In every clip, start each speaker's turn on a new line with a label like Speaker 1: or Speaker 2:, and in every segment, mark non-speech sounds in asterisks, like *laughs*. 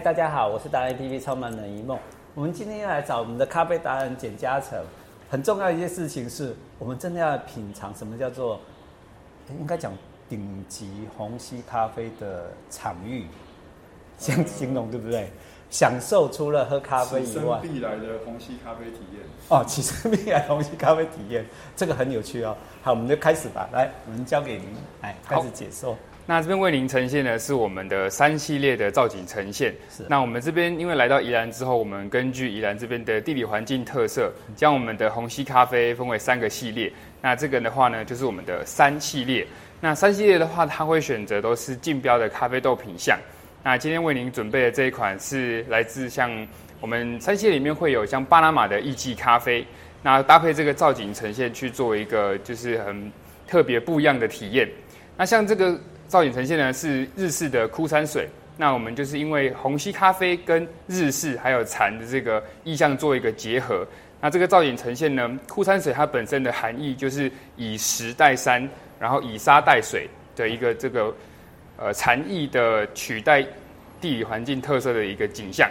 Speaker 1: 大家好，我是达人 APP 创办人一梦。我们今天要来找我们的咖啡达人简嘉诚。很重要一件事情是，我们真的要品尝什么叫做，应该讲顶级虹吸咖啡的场域，这样形容对不对？享受除了喝咖啡以外
Speaker 2: 此，生必来的虹吸咖啡体验。
Speaker 1: 哦，起身必来虹吸咖啡体验，这个很有趣哦。好，我们就开始吧。来，我们交给您，来开
Speaker 3: 好
Speaker 1: 始解说。
Speaker 3: 那这边为您呈现的是我们的三系列的造景呈现
Speaker 1: 是。
Speaker 3: 那我们这边因为来到宜兰之后，我们根据宜兰这边的地理环境特色，将我们的虹吸咖啡分为三个系列。那这个的话呢，就是我们的三系列。那三系列的话，它会选择都是竞标的咖啡豆品相。那今天为您准备的这一款是来自像我们三系列里面会有像巴拿马的意气咖啡，那搭配这个造景呈现去做一个就是很特别不一样的体验。那像这个造景呈现呢是日式的枯山水，那我们就是因为虹吸咖啡跟日式还有禅的这个意象做一个结合。那这个造景呈现呢，枯山水它本身的含义就是以石代山，然后以沙代水的一个这个呃禅意的取代地理环境特色的一个景象。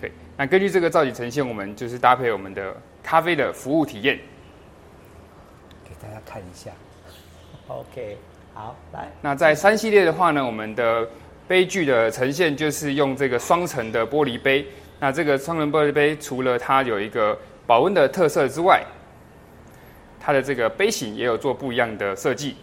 Speaker 3: 对，那根据这个造景呈现，我们就是搭配我们的咖啡的服务体验。
Speaker 1: 给大家看一下。OK，好，来，
Speaker 3: 那在三系列的话呢，我们的杯具的呈现就是用这个双层的玻璃杯。那这个双层玻璃杯除了它有一个保温的特色之外，它的这个杯型也有做不一样的设计。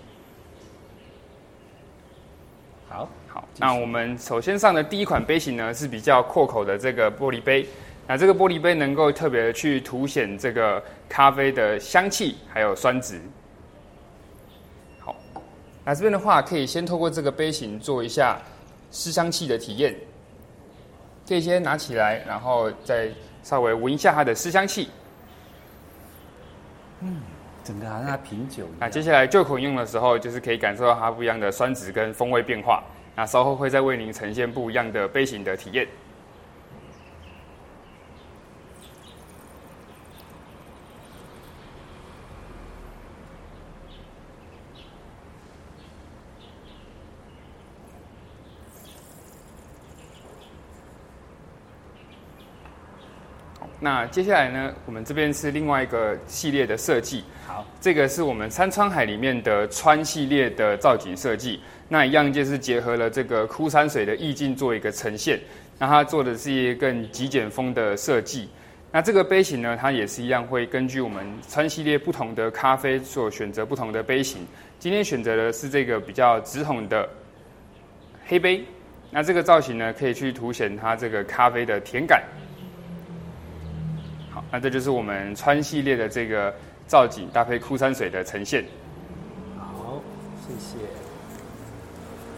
Speaker 1: 好，
Speaker 3: 好，那我们首先上的第一款杯型呢是比较阔口的这个玻璃杯。那这个玻璃杯能够特别的去凸显这个咖啡的香气，还有酸值。好，那这边的话，可以先透过这个杯型做一下湿香气的体验。可以先拿起来，然后再稍微闻一下它的湿香气。
Speaker 1: 整个好像在品酒一
Speaker 3: 那
Speaker 2: 啊
Speaker 1: 样。
Speaker 3: 接下来就口饮用的时候，就是可以感受到它不一样的酸质跟风味变化。那稍后会再为您呈现不一样的杯型的体验。那接下来呢，我们这边是另外一个系列的设计。
Speaker 1: 好，
Speaker 3: 这个是我们山川海里面的川系列的造景设计，那一样就是结合了这个枯山水的意境做一个呈现。那它做的是一个更极简风的设计。那这个杯型呢，它也是一样会根据我们川系列不同的咖啡所选择不同的杯型。今天选择的是这个比较直筒的黑杯，那这个造型呢，可以去凸显它这个咖啡的甜感。好，那这就是我们川系列的这个造景搭配枯山水的呈现。
Speaker 1: 好，谢谢。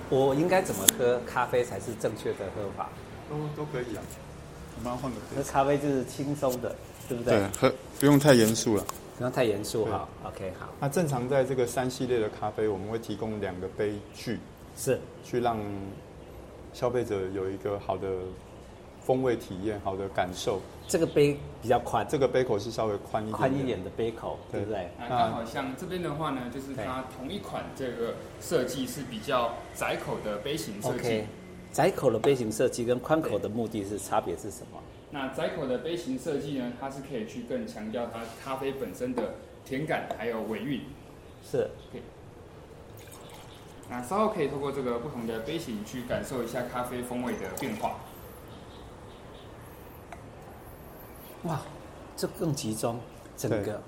Speaker 1: 我应该怎么喝咖啡才是正确的喝法？
Speaker 2: 都都可以啊。我们要换个
Speaker 1: 喝
Speaker 2: 杯子。
Speaker 1: 咖啡就是轻松的，对不对？
Speaker 2: 对，喝不用太严肃了。
Speaker 1: 不要太严肃哈。OK，好，
Speaker 2: 那正常在这个三系列的咖啡，我们会提供两个杯具，
Speaker 1: 是
Speaker 2: 去让消费者有一个好的风味体验、好的感受。
Speaker 1: 这个杯比较宽，
Speaker 2: 这个杯口是稍微宽一点，
Speaker 1: 宽一。点的杯口，对
Speaker 2: 对
Speaker 1: 不对？
Speaker 3: 那啊刚好像这边的话呢，就是它同一款这个设计是比较窄口的杯型设计。
Speaker 1: OK，窄口的杯型设计跟宽口的目的是差别是什么？
Speaker 3: 那窄口的杯型设计呢，它是可以去更强调它咖啡本身的甜感还有尾韵。
Speaker 1: 是
Speaker 3: 那稍后可以透过这个不同的杯型去感受一下咖啡风味的变化。
Speaker 1: 哇，这更集中，整个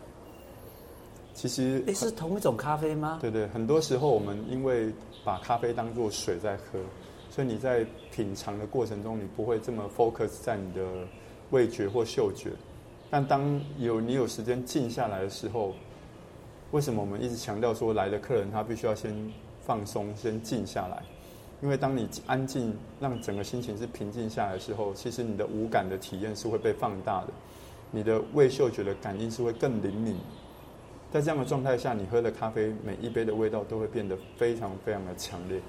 Speaker 2: 其实
Speaker 1: 诶，是同一种咖啡吗？
Speaker 2: 对对，很多时候我们因为把咖啡当做水在喝，所以你在品尝的过程中，你不会这么 focus 在你的味觉或嗅觉。但当有你有时间静下来的时候，为什么我们一直强调说来的客人他必须要先放松，先静下来？因为当你安静，让整个心情是平静下来的时候，其实你的五感的体验是会被放大的，你的味嗅觉的感应是会更灵敏的在这样的状态下，你喝的咖啡每一杯的味道都会变得非常非常的强烈，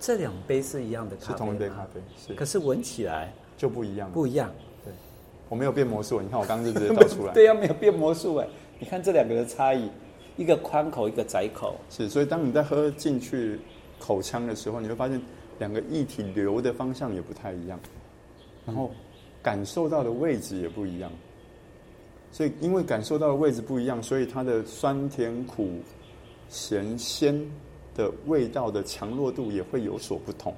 Speaker 1: 这两杯是一样的
Speaker 2: 是
Speaker 1: 咖啡吗，
Speaker 2: 同一杯咖啡，
Speaker 1: 可
Speaker 2: 是
Speaker 1: 是闻起来
Speaker 2: 就不一样。
Speaker 1: 不一样。
Speaker 2: 我没有变魔术，你看我刚刚就直
Speaker 1: *laughs*
Speaker 2: 接倒出来。
Speaker 1: 对呀、没有变魔术哎。你看这两个的差异，一个宽口，一个窄口。
Speaker 2: 是，所以当你在喝进去口腔的时候，你会发现两个液体流的方向也不太一样。然
Speaker 1: 嗯
Speaker 2: 后感受到的位置也不一样。所以因为感受到的位置不一样，所以它的酸甜苦咸鲜的味道的强弱度也会有所不同。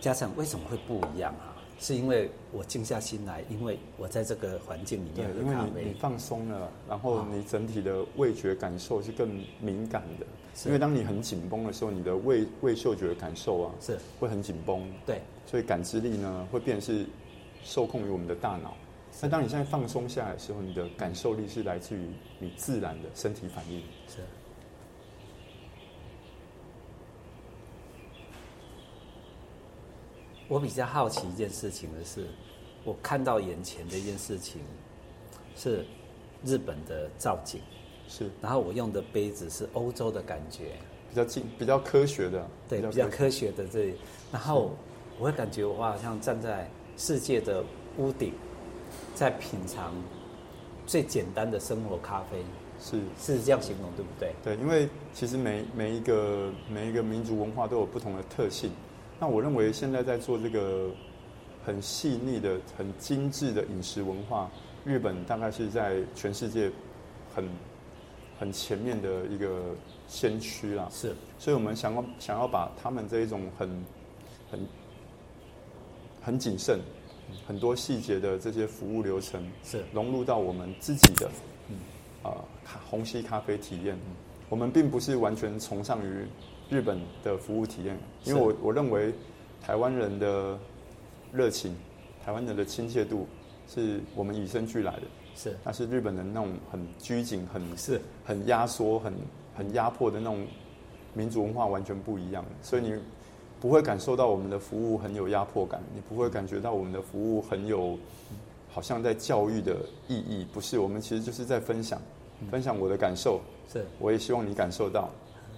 Speaker 1: 加成为什么会不一样啊？是因为我静下心来，因为我在这个环境里
Speaker 2: 对
Speaker 1: 面，
Speaker 2: 因
Speaker 1: 喝
Speaker 2: 为
Speaker 1: 咖
Speaker 2: 你你
Speaker 1: 啡，啊
Speaker 2: 放松了，然后你整体的味觉感受是更敏感的。
Speaker 1: 是
Speaker 2: 因为当你很紧绷的时候，你的味味嗅觉感受啊
Speaker 1: 是
Speaker 2: 会很紧绷，
Speaker 1: 对，
Speaker 2: 所以感知力呢会变成是受控于我们的大脑。那当你现在放松下来的时候，你的感受力是来自于你自然的身体反应。
Speaker 1: 是。我比较好奇一件事情的是，我看到眼前的一件事情是日本的造景，
Speaker 2: 是
Speaker 1: 然后我用的杯子是欧洲的感觉，
Speaker 2: 比较近、比较科学的，
Speaker 1: 对，比较科学的这里，然后我会感觉我好像站在世界的屋顶，在品尝最简单的生活咖啡，
Speaker 2: 是，
Speaker 1: 是这样形容对不对？
Speaker 2: 对，因为其实每每一个每一个民族文化都有不同的特性。那我认为现在在做这个很细腻的、很精致的饮食文化，日本大概是在全世界很很前面的一个先驱啦。
Speaker 1: 是
Speaker 2: 所以我们想要想要把他们这一种很很很谨慎、很多细节的这些服务流程，
Speaker 1: 是
Speaker 2: 融入到我们自己的啊、咖虹吸咖啡体验。我们并不是完全崇尚于日本的服务体验，因为
Speaker 1: 是
Speaker 2: 我我认为台湾人的热情、台湾人的亲切度是我们与生俱来的，
Speaker 1: 是
Speaker 2: 那是日本人那种很拘谨、很
Speaker 1: 是
Speaker 2: 很压缩、很很压迫的那种民族文化完全不一样，所以你不会感受到我们的服务很有压迫感，你不会感觉到我们的服务很有好像在教育的意义，不是，我们其实就是在分享，分享我的感受，
Speaker 1: 是
Speaker 2: 我也希望你感受到。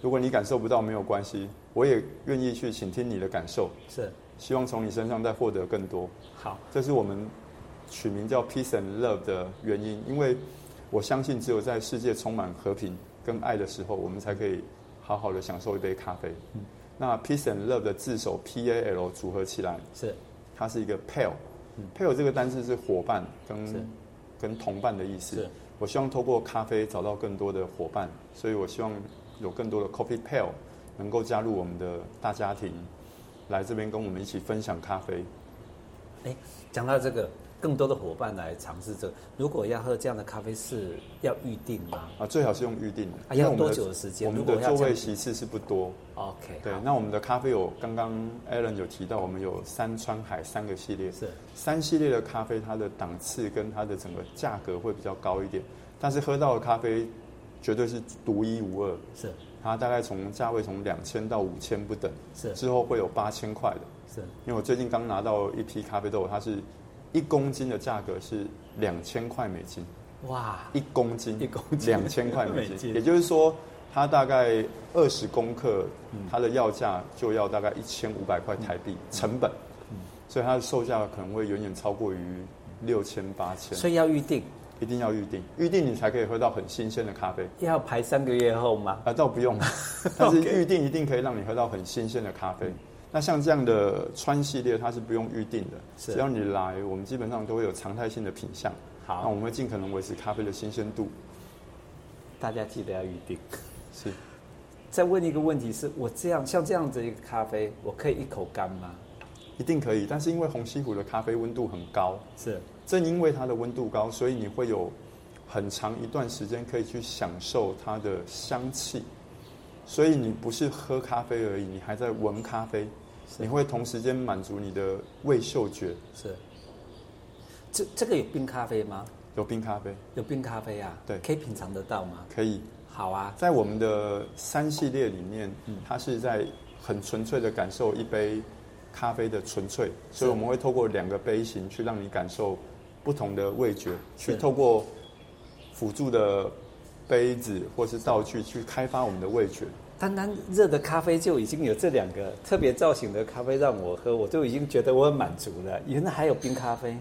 Speaker 2: 如果你感受不到没有关系，我也愿意去倾听你的感受，
Speaker 1: 是，
Speaker 2: 希望从你身上再获得更多。
Speaker 1: 好
Speaker 2: 这是我们取名叫 Peace and Love 的原因，因为我相信只有在世界充满和平跟爱的时候，我们才可以好好的享受一杯咖啡。那 Peace and Love 的字首 P A L 组合起来，
Speaker 1: 是
Speaker 2: 它是一个 pale，pale、这个单字是伙伴
Speaker 1: 是
Speaker 2: 跟跟同伴的意思
Speaker 1: 是。
Speaker 2: 我希望透过咖啡找到更多的伙伴，所以我希望有更多的 coffee pale 能够加入我们的大家庭，来这边跟我们一起分享咖啡。
Speaker 1: 哎，讲到这个，更多的伙伴来尝试这个，如果要喝这样的咖啡是要预定吗
Speaker 2: 啊，最好是用预定的。
Speaker 1: 啊要
Speaker 2: 因为我们
Speaker 1: 多久的时间
Speaker 2: 我们
Speaker 1: 如
Speaker 2: 的
Speaker 1: 果要
Speaker 2: 座
Speaker 1: 这
Speaker 2: 位
Speaker 1: 样子
Speaker 2: 席次是不多。
Speaker 1: ？OK，
Speaker 2: 对
Speaker 1: 好，
Speaker 2: 那我们的咖啡有刚刚 Alan 有提到，我们有三川海三个系列，
Speaker 1: 是
Speaker 2: 三系列的咖啡，它的档次跟它的整个价格会比较高一点，但是喝到的咖啡绝对是独一无二，
Speaker 1: 是
Speaker 2: 它大概从价位从两千到五千不等，
Speaker 1: 是
Speaker 2: 之后会有八千块的，
Speaker 1: 是
Speaker 2: 因为我最近刚拿到一批咖啡豆，它是一公斤的价格是两千块美金，
Speaker 1: 哇，
Speaker 2: 一公斤，
Speaker 1: 一公斤
Speaker 2: 两千块美
Speaker 1: *laughs* 美
Speaker 2: 金，
Speaker 1: 金
Speaker 2: 也就是说，它大概二十公克，
Speaker 1: 嗯
Speaker 2: 它的要价就要大概一千五百块台币成本，
Speaker 1: 嗯
Speaker 2: 所以它的售价可能会远远超过于六千八千，
Speaker 1: 所以要预定，
Speaker 2: 一定要预定，预定你才可以喝到很新鲜的咖啡。
Speaker 1: 要排三个月后吗？
Speaker 2: 啊，倒
Speaker 1: *laughs*
Speaker 2: 不用， *laughs* 但是预定一定可以让你喝到很新鲜的咖啡。
Speaker 1: 嗯
Speaker 2: 那像这样的川系列，它是不用预定的，
Speaker 1: 是
Speaker 2: 只要你来，我们基本上都会有常态性的品相。
Speaker 1: 好
Speaker 2: 那我们会尽可能维持咖啡的新鲜度。
Speaker 1: 大家记得要预定。
Speaker 2: 是，
Speaker 1: 再问一个问题是，我这样像这样子一个咖啡，我可以一口干吗？
Speaker 2: 一定可以，但是因为红西湖的咖啡温度很高，
Speaker 1: 是
Speaker 2: 正因为它的温度高，所以你会有很长一段时间可以去享受它的香气。所以你不是喝咖啡而已，你还在闻咖啡，你会同时间满足你的味嗅觉。
Speaker 1: 是，这这个有冰咖啡吗？
Speaker 2: 有冰咖啡
Speaker 1: 有冰咖啡啊？
Speaker 2: 对
Speaker 1: 可以品尝得到吗？
Speaker 2: 可以
Speaker 1: 好啊，
Speaker 2: 在我们的三系列里面，它是在很纯粹的感受一杯咖啡的纯粹，所以我们会透过两个杯型去让你感受不同的味觉，
Speaker 1: 是
Speaker 2: 去透过辅助的杯子或是道具去开发我们的味觉。
Speaker 1: 单单热的咖啡就已经有这两个特别造型的咖啡让我喝，我就已经觉得我很满足了。原来还有冰咖啡，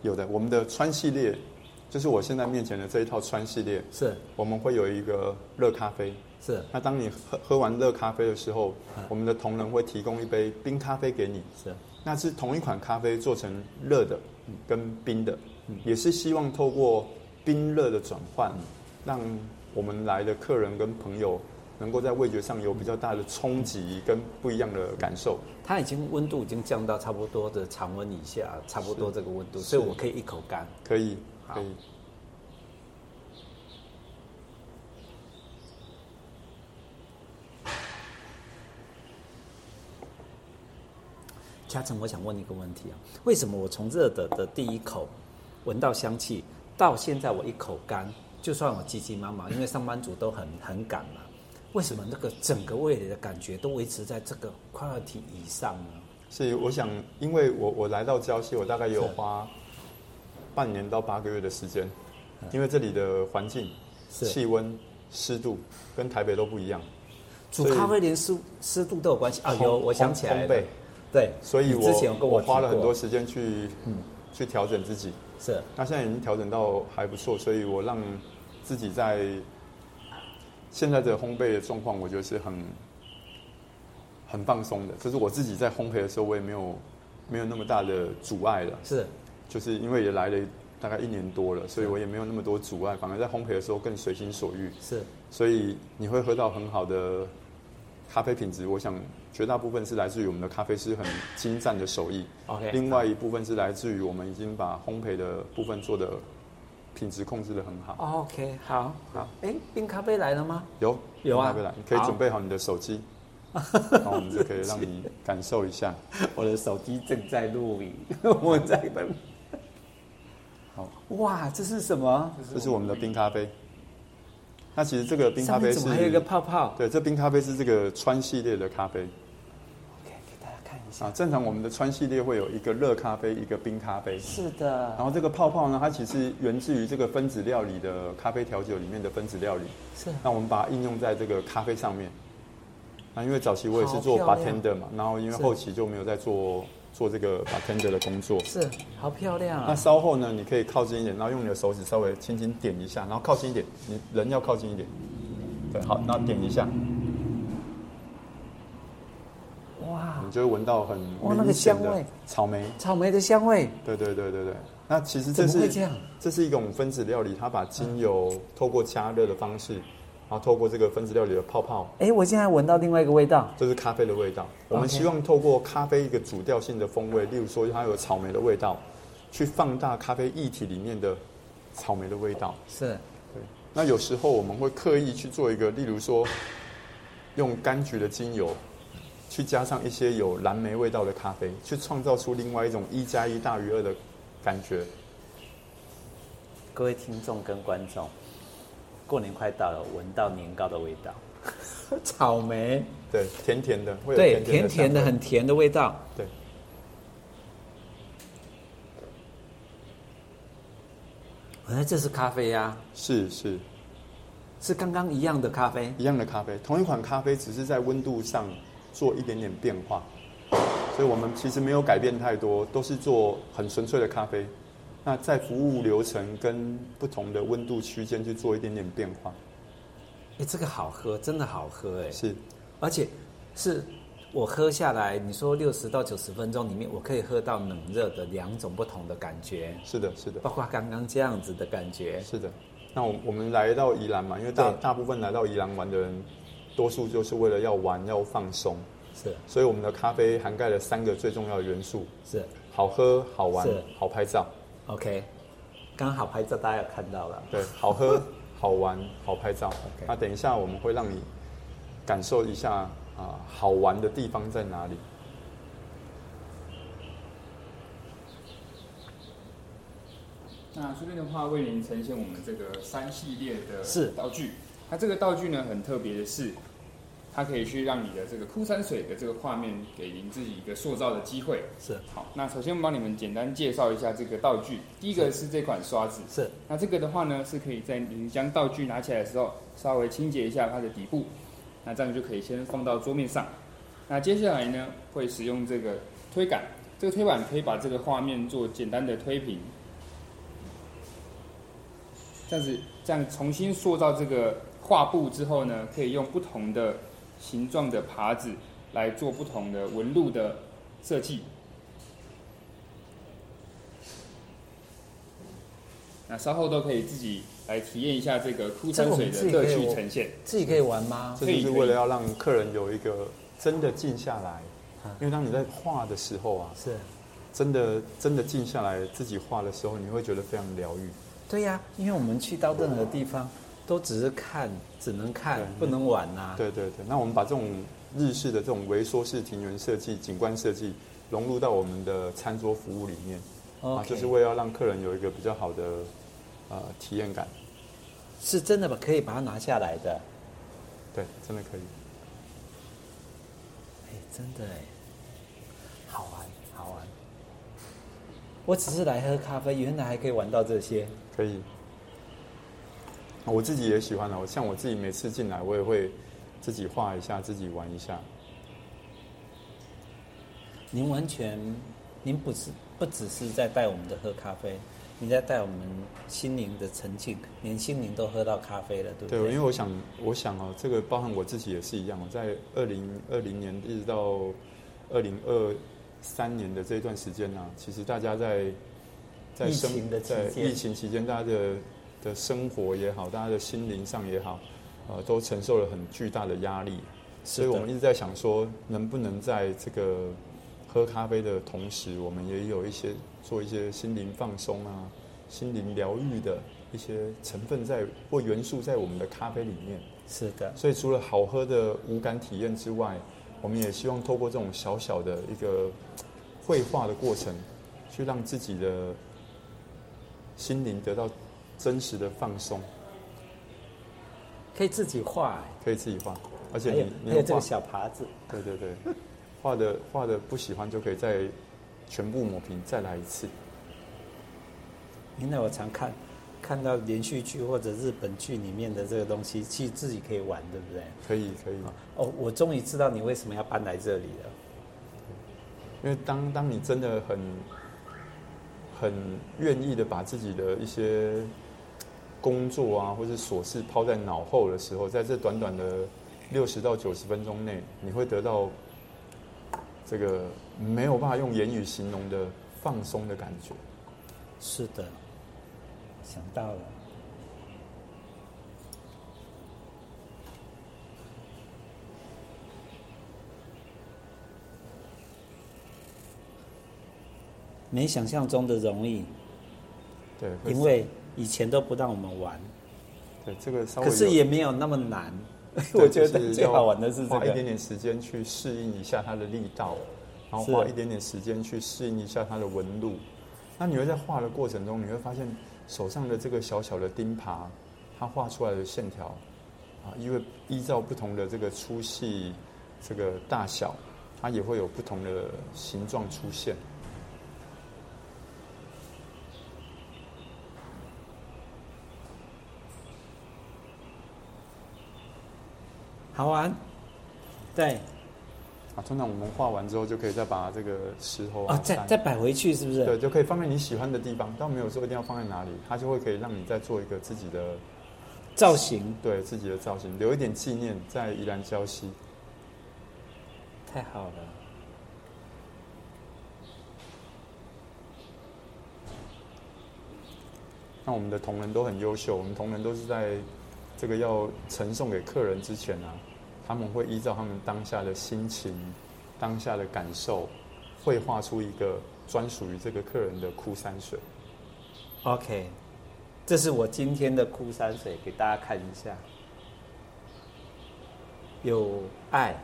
Speaker 2: 有的，我们的川系列就是我现在面前的这一套川系列，
Speaker 1: 是
Speaker 2: 我们会有一个热咖啡。
Speaker 1: 是
Speaker 2: 那当你喝喝完热咖啡的时候，我们的同仁会提供一杯冰咖啡给你。
Speaker 1: 是
Speaker 2: 那是同一款咖啡做成热的嗯跟冰的，
Speaker 1: 嗯
Speaker 2: 也是希望透过冰热的转换，让我们来的客人跟朋友能够在味觉上有比较大的冲击跟不一样的感受。
Speaker 1: 它已经温度已经降到差不多的常温以下，差不多这个温度，
Speaker 2: 是
Speaker 1: 所以我可以一口干。
Speaker 2: 可以，
Speaker 1: 好
Speaker 2: 可以。
Speaker 1: 嘉诚，我想问一个问题啊，为什么我从热的的第一口闻到香气，到现在我一口干，就算我急急忙忙，因为上班族都很很赶嘛，为什么那个整个味蕾的感觉都维持在这个 quality 以上呢？
Speaker 2: 是，我想，因为我我来到礁溪，我大概也有
Speaker 1: 是
Speaker 2: 花半年到八个月的时间，因为这里的环境、
Speaker 1: 嗯是
Speaker 2: 气温、湿度跟台北都不一样，
Speaker 1: 煮
Speaker 2: 所以
Speaker 1: 咖啡连湿湿度都有关系啊，
Speaker 2: 烘
Speaker 1: 有，我想起来
Speaker 2: 烘烘
Speaker 1: 了
Speaker 2: 焙，
Speaker 1: 对，
Speaker 2: 所以
Speaker 1: 你
Speaker 2: 我
Speaker 1: 之前有跟
Speaker 2: 我
Speaker 1: 提
Speaker 2: 花了很
Speaker 1: 过嗯
Speaker 2: 多时间去去调整自己。
Speaker 1: 是
Speaker 2: 那现在已经调整到还不错，所以我让自己在现在的烘焙的状况，我觉得是很很放松的。就是我自己在烘焙的时候，我也没有没有那么大的阻碍了。
Speaker 1: 是
Speaker 2: 就是因为也来了大概一年多了，所以我也没有那么多阻碍，反而在烘焙的时候更随心所欲，
Speaker 1: 是
Speaker 2: 所以你会喝到很好的咖啡品质。我想绝大部分是来自于我们的咖啡师很精湛的手艺，
Speaker 1: ，OK，
Speaker 2: 另外一部分是来自于我们已经把烘焙的部分做的品质控制的很好。
Speaker 1: OK，好，
Speaker 2: 好，
Speaker 1: 哎，冰咖啡来了
Speaker 2: *laughs*
Speaker 1: 吗？
Speaker 2: 有
Speaker 1: 有啊
Speaker 2: 拿回来，你可以
Speaker 1: 好
Speaker 2: 准备好你的手机，然后我们就可以让你感受一下。
Speaker 1: 我的手机正在录
Speaker 2: *laughs*
Speaker 1: 影，我在等。
Speaker 2: 好，
Speaker 1: 哇，这是什么？
Speaker 2: 这是我们的冰咖啡。那其实这个冰咖
Speaker 1: 上
Speaker 2: 啡
Speaker 1: 面
Speaker 2: 是
Speaker 1: 怎么还有一个泡泡
Speaker 2: 对，这冰咖啡是这个川系列的咖啡
Speaker 1: ？OK，给大家看一下。
Speaker 2: 啊。正常我们的川系列会有一个热咖啡，一个冰咖啡。
Speaker 1: 是的，
Speaker 2: 然后这个泡泡呢，它其实源自于这个分子料理的咖啡调酒里面的分子料理。
Speaker 1: 是
Speaker 2: 那我们把它应用在这个咖啡上面。那因为早期我也是做
Speaker 1: 好漂亮
Speaker 2: bartender 嘛，然后因为
Speaker 1: 是
Speaker 2: 后期就没有在做做这个 bartender 的工作。
Speaker 1: 是，好漂亮
Speaker 2: 那
Speaker 1: 啊！
Speaker 2: 稍后呢，你可以靠近一点，然后用你的手指稍微轻轻点一下，然后靠近一点，你人要靠近一点。对，好，那点一下，
Speaker 1: 哇，
Speaker 2: 你就会闻到很
Speaker 1: 哇那个
Speaker 2: 明显
Speaker 1: 香
Speaker 2: 的
Speaker 1: 味
Speaker 2: 草莓。
Speaker 1: 草莓的香味，
Speaker 2: 对对对对对。那其实
Speaker 1: 怎
Speaker 2: 这
Speaker 1: 么会
Speaker 2: 是
Speaker 1: 这样？嗯
Speaker 2: 这是一种分子料理，它把精油透过加热的方式，然后透过这个分子料理的泡泡
Speaker 1: 哎，我现在闻到另外一个味道。
Speaker 2: 这是咖啡的味道。我们希望透过咖啡一个主调性的风味，例如说它有草莓的味道，去放大咖啡液体里面的草莓的味道。
Speaker 1: 是
Speaker 2: 对，那有时候我们会刻意去做一个，例如说用柑橘的精油，去加上一些有蓝莓味道的咖啡，去创造出另外一种一加一大于二的感觉。
Speaker 1: 各位听众跟观众，过年快到了，闻到年糕的味道， *laughs* 草莓，
Speaker 2: 对，甜甜的，会有
Speaker 1: 对，
Speaker 2: 甜
Speaker 1: 甜
Speaker 2: 甜的
Speaker 1: 甜的，
Speaker 2: 香味
Speaker 1: 很甜的味道。
Speaker 2: 对。
Speaker 1: 哎，这是咖啡呀、
Speaker 2: 是是
Speaker 1: 是刚刚一样的咖啡。
Speaker 2: 一样的咖啡，同一款咖啡，只是在温度上做一点点变化。所以我们其实没有改变太多，都是做很纯粹的咖啡。那在服务流程跟不同的温度区间去做一点点变化，
Speaker 1: 哎，这个好喝，真的好喝哎！
Speaker 2: 是
Speaker 1: 而且是我喝下来，你说六十到九十分钟里面，我可以喝到冷热的两种不同的感觉，
Speaker 2: 是的，是的。
Speaker 1: 包括刚刚这样子的感觉。
Speaker 2: 是的，那我我们来到宜兰嘛，因为大
Speaker 1: 对
Speaker 2: 大部分来到宜兰玩的人，多数就是为了要玩要放松，
Speaker 1: 是
Speaker 2: 所以我们的咖啡涵盖了三个最重要的元素：
Speaker 1: 是
Speaker 2: 好喝、好玩
Speaker 1: 是、
Speaker 2: 好拍照。
Speaker 1: ，OK，刚好拍照大家有看到了。
Speaker 2: 对，好喝、 *laughs* 好玩、好拍照。
Speaker 1: OK
Speaker 2: 那等一下我们会让你感受一下啊、好玩的地方在哪里？
Speaker 3: 那这边的话，为您呈现我们这个三系列的
Speaker 1: 是
Speaker 3: 道具。它这个道具呢，很特别的是，它可以去让你的这个枯山水的这个画面，给您自己一个塑造的机会。
Speaker 1: 是
Speaker 3: 好，那首先我们帮你们简单介绍一下这个道具。第一个是这款刷子，
Speaker 1: 是
Speaker 3: 那这个的话呢，是可以在您将道具拿起来的时候，稍微清洁一下它的底部，那这样就可以先放到桌面上。那接下来呢，会使用这个推杆，这个推杆可以把这个画面做简单的推平，这样子，这样重新塑造这个画布之后呢，可以用不同的形状的耙子来做不同的纹路的设计。那稍后都可以自己来体验一下这个枯
Speaker 4: 这
Speaker 3: 山
Speaker 4: 个我
Speaker 3: 水
Speaker 4: 们自
Speaker 3: 的
Speaker 4: 己
Speaker 3: 各
Speaker 4: 可以
Speaker 3: 区
Speaker 4: 我
Speaker 3: 呈现。
Speaker 4: 自己啊可以玩吗？
Speaker 2: 这就是为了要让客人有一个真的静下来，
Speaker 4: 啊
Speaker 2: 因为当你在画的时候啊，
Speaker 4: 是，
Speaker 2: 真的真的静下来自己画的时候，你会觉得非常疗愈。
Speaker 1: 对呀、因为我们去到任何地方都只是看，只能看
Speaker 2: 对，
Speaker 1: 不能玩
Speaker 4: 啊
Speaker 1: 啊呐、
Speaker 2: 对对对，那我们把这种日式的这种微缩式庭园设计、景观设计融入到我们的餐桌服务里面啊，
Speaker 1: OK，
Speaker 2: 就是为了让客人有一个比较好的呃体验感。
Speaker 1: 是真的吧？可以把它拿下来的。
Speaker 2: 对，真的可以。
Speaker 1: 哎，真的哎，
Speaker 4: 好玩，好玩。
Speaker 1: 我只是来喝咖啡，原来还可以玩到这些。
Speaker 2: 可以。我自己也喜欢啊，我像我自己每次进来，我也会自己画一下，自己玩一下。
Speaker 1: 您完全，您不是不只是在带我们的喝咖啡，你在带我们心灵的沉静，连心灵都喝到咖啡了，对不
Speaker 2: 对，
Speaker 1: 对？
Speaker 2: 因为我想，我想哦，这个包含我自己也是一样。我在二零二零年一直到二零二三年的这一段时间呢、其实大家在在
Speaker 4: 疫
Speaker 2: 生
Speaker 4: 情的期
Speaker 2: 在
Speaker 4: 间
Speaker 2: 疫情期间，大家的的生活也好，大家的心灵上也好，呃，都承受了很巨大的压力。所以我们一直在想说，能不能在这个喝咖啡的同时，我们也有一些做一些心灵放松啊、心灵疗愈的一些成分在或元素在我们的咖啡里面。
Speaker 1: 是的，
Speaker 2: 所以除了好喝的无感体验之外，我们也希望透过这种小小的一个绘画的过程，去让自己的心灵得到真实的放松，
Speaker 1: 可以自己画哎，
Speaker 2: 可以自己画，而且
Speaker 1: 还有还
Speaker 2: 你
Speaker 1: 有
Speaker 2: 你
Speaker 1: 哎这
Speaker 2: 画
Speaker 1: 个小耙子，
Speaker 2: 对对对，画的画的不喜欢就可以再全部抹平，再来一次。
Speaker 1: 原来我常看看到连续剧或者日本剧里面的这个东西，其实自己可以玩，对不对？
Speaker 2: 可以可以，
Speaker 1: 哦，我终于知道你为什么要搬来这里了。
Speaker 2: 因为当当你真的很很愿意的把自己的一些工作啊，或是琐事抛在脑后的时候，在这短短的六十到九十分钟内，你会得到这个没有办法用言语形容的放松的感觉。
Speaker 1: 是的，想到了。没想象中的容易，
Speaker 2: 对，会
Speaker 1: 因为以前都不让我们玩，
Speaker 2: 对这个稍微
Speaker 1: 可是
Speaker 2: 有
Speaker 1: 也没有那么难。
Speaker 2: *laughs*
Speaker 1: *laughs*
Speaker 2: 对
Speaker 1: 我觉
Speaker 2: 就
Speaker 1: 得
Speaker 2: 是
Speaker 1: 最
Speaker 2: 要
Speaker 1: 好玩的是这
Speaker 2: 花一点
Speaker 1: 个，
Speaker 2: 点时间去适应一下它的力道，然后
Speaker 1: 是
Speaker 2: 花一点点时间去适应一下它的纹路。那你会在画的过程中，你会发现手上的这个小小的钉耙，它画出来的线条啊，因为依照不同的这个粗细、这个大小，它也会有不同的形状出现。
Speaker 1: 好玩。对
Speaker 2: 啊，通常我们画完之后，就可以再把这个石头
Speaker 1: 啊，
Speaker 2: 啊，
Speaker 1: 再
Speaker 2: 山
Speaker 1: 再摆回去是不
Speaker 2: 对，
Speaker 1: 是？
Speaker 2: 就可以放在你喜欢的地方，但没有说一定要放在哪里，它就会可以让你再做一个自己的
Speaker 1: 造型
Speaker 2: 对自己的造型留一点纪念，在宜兰礁溪。
Speaker 1: 太好了。
Speaker 2: 那我们的同仁都很优秀，我们同仁都是在这个要呈送给客人之前啊，他们会依照他们当下的心情、当下的感受，绘画出一个专属于这个客人的枯山水。
Speaker 1: OK，这是我今天的枯山水，给大家看一下。有爱，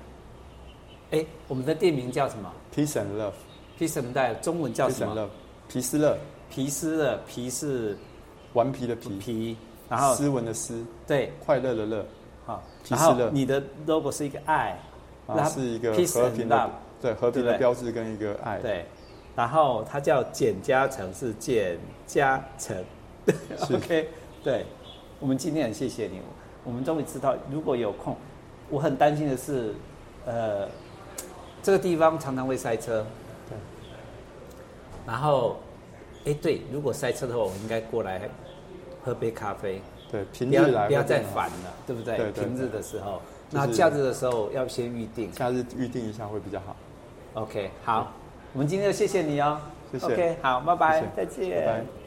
Speaker 1: 哎，我们的店名叫什么
Speaker 2: Peace and love，
Speaker 1: 皮什么带，中文叫
Speaker 2: Peace
Speaker 1: 什
Speaker 2: and
Speaker 1: 么？
Speaker 2: love，皮斯乐，
Speaker 1: 皮斯的皮是
Speaker 2: 顽皮的皮，
Speaker 1: 皮，然后
Speaker 2: 斯文的斯，
Speaker 1: 对，
Speaker 2: 快乐的乐，
Speaker 1: 好，
Speaker 2: 皮斯
Speaker 1: 然
Speaker 2: 的
Speaker 1: 后你的 logo 是一个爱，
Speaker 2: 啊，是一个
Speaker 1: peace
Speaker 2: 和
Speaker 1: and
Speaker 2: 平
Speaker 1: love
Speaker 2: 的，对和
Speaker 1: 对
Speaker 2: 平
Speaker 1: 不
Speaker 2: 的
Speaker 1: 对
Speaker 2: 标志跟一个爱。
Speaker 1: 对，然后它叫简加成是简加成 *laughs*
Speaker 2: 是
Speaker 1: ，OK，对，我们今天很谢谢你，我们终于知道，如果有空，我很担心的是，呃，这个地方常常会塞车，
Speaker 2: 对，
Speaker 1: 然后，哎，对，如果塞车的话，我应该过来喝杯咖啡，
Speaker 2: 对，平啊
Speaker 1: 不
Speaker 2: 日
Speaker 1: 要
Speaker 2: 来
Speaker 1: 不要
Speaker 2: 会
Speaker 1: 再
Speaker 2: 更好
Speaker 1: 烦了，对不对？
Speaker 2: 对对
Speaker 1: 平日
Speaker 2: 对
Speaker 1: 的时候，
Speaker 2: 就
Speaker 1: 那
Speaker 2: 是
Speaker 1: 假日的时候要先预定。
Speaker 2: 假日预定一下会比较好。
Speaker 1: OK，好，我们今天就谢谢你哦。
Speaker 2: 谢谢
Speaker 1: OK，好，拜拜，
Speaker 2: 谢谢
Speaker 1: 再见。
Speaker 2: 拜拜。